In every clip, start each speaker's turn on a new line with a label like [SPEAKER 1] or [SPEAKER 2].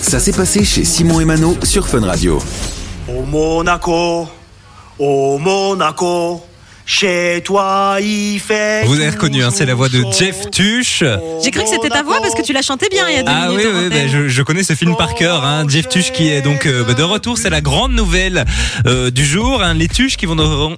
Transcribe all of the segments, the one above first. [SPEAKER 1] Ça s'est passé chez Simon et Mano sur Fun Radio.
[SPEAKER 2] Au Monaco, au Monaco, chez toi il fait.
[SPEAKER 3] Vous avez reconnu, hein, c'est la voix de
[SPEAKER 2] toujours
[SPEAKER 3] Jeff
[SPEAKER 2] chaud.
[SPEAKER 3] Tuche.
[SPEAKER 4] J'ai cru que c'était ta voix parce que tu la chantais bien il y a deux
[SPEAKER 3] Ah oui,
[SPEAKER 4] minutes. en
[SPEAKER 3] oui,
[SPEAKER 4] antenne.
[SPEAKER 3] bah, je, je connais ce film par cœur. Hein. Jeff Tuche qui est donc euh, bah, de retour, c'est la grande nouvelle euh, du jour. hein. Les Tuches qui vont, donc-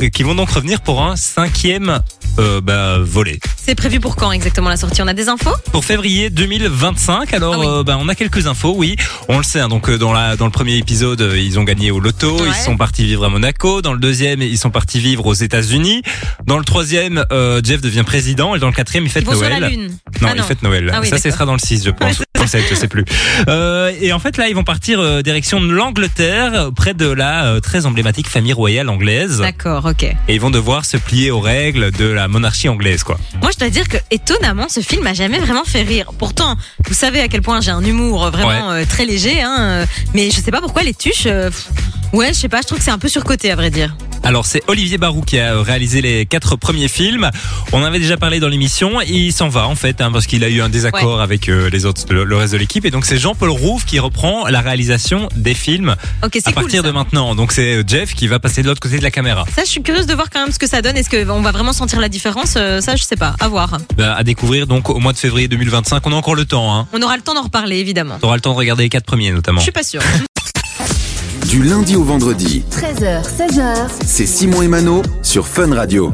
[SPEAKER 3] euh, qui vont donc revenir pour un cinquième euh, bah, volet.
[SPEAKER 4] C'est prévu pour quand exactement la sortie On a des infos
[SPEAKER 3] Pour février 2025, alors
[SPEAKER 4] Ah oui.
[SPEAKER 3] euh, bah, on a quelques infos, oui. On le sait, hein, donc euh, dans, la, dans le premier épisode, euh, ils ont gagné au loto,
[SPEAKER 4] Ouais.
[SPEAKER 3] ils sont partis vivre à Monaco. Dans le deuxième, ils sont partis vivre aux États-Unis. Dans le troisième, euh, Jeff devient président. Et dans le quatrième, il fête
[SPEAKER 4] Ils vont
[SPEAKER 3] Noël.
[SPEAKER 4] sur la lune.
[SPEAKER 3] Non,
[SPEAKER 4] Ah
[SPEAKER 3] il fête Noël.
[SPEAKER 4] Ah oui,
[SPEAKER 3] ça, ce
[SPEAKER 4] d'accord.
[SPEAKER 3] sera dans le 6, je pense. Ou le 7, je sais plus. Euh, et en fait, là, ils vont partir euh, direction de l'Angleterre, euh, près de la euh, très emblématique famille royale anglaise.
[SPEAKER 4] D'accord, ok.
[SPEAKER 3] Et ils vont devoir se plier aux règles de la monarchie anglaise, quoi.
[SPEAKER 4] Moi, je dois dire que étonnamment, ce film m'a jamais vraiment fait rire. Pourtant, vous savez à quel point j'ai un humour euh, vraiment euh, très léger, hein, euh, mais je sais pas pourquoi les tuches. euh, pff, ouais, je sais pas, je trouve que c'est un peu surcoté à vrai dire.
[SPEAKER 3] Alors, c'est Olivier Barou qui a euh, réalisé les quatre premiers films. On en avait déjà parlé dans l'émission. et Il s'en va, en fait, hein, parce qu'il a eu un désaccord avec euh, les autres, le, le reste de l'équipe. Et donc, c'est Jean-Paul Rouve qui reprend la réalisation des films
[SPEAKER 4] Ok, c'est
[SPEAKER 3] à
[SPEAKER 4] cool.
[SPEAKER 3] partir
[SPEAKER 4] ça.
[SPEAKER 3] de maintenant. Donc, c'est euh, Jeff qui va passer de l'autre côté de la caméra.
[SPEAKER 4] Ça, je suis curieuse de voir quand même ce que ça donne. Est-ce qu'on va vraiment sentir la différence Euh, Ça, je sais pas. À voir.
[SPEAKER 3] Bah, à découvrir donc au mois de février 2025. On a encore le temps, hein.
[SPEAKER 4] On aura le temps d'en reparler, évidemment.
[SPEAKER 3] T'auras le temps de regarder les quatre premiers notamment.
[SPEAKER 4] Je suis pas sûre.
[SPEAKER 1] Du lundi au vendredi,
[SPEAKER 5] 13h, 16h,
[SPEAKER 1] c'est Simon et Mano sur Fun Radio.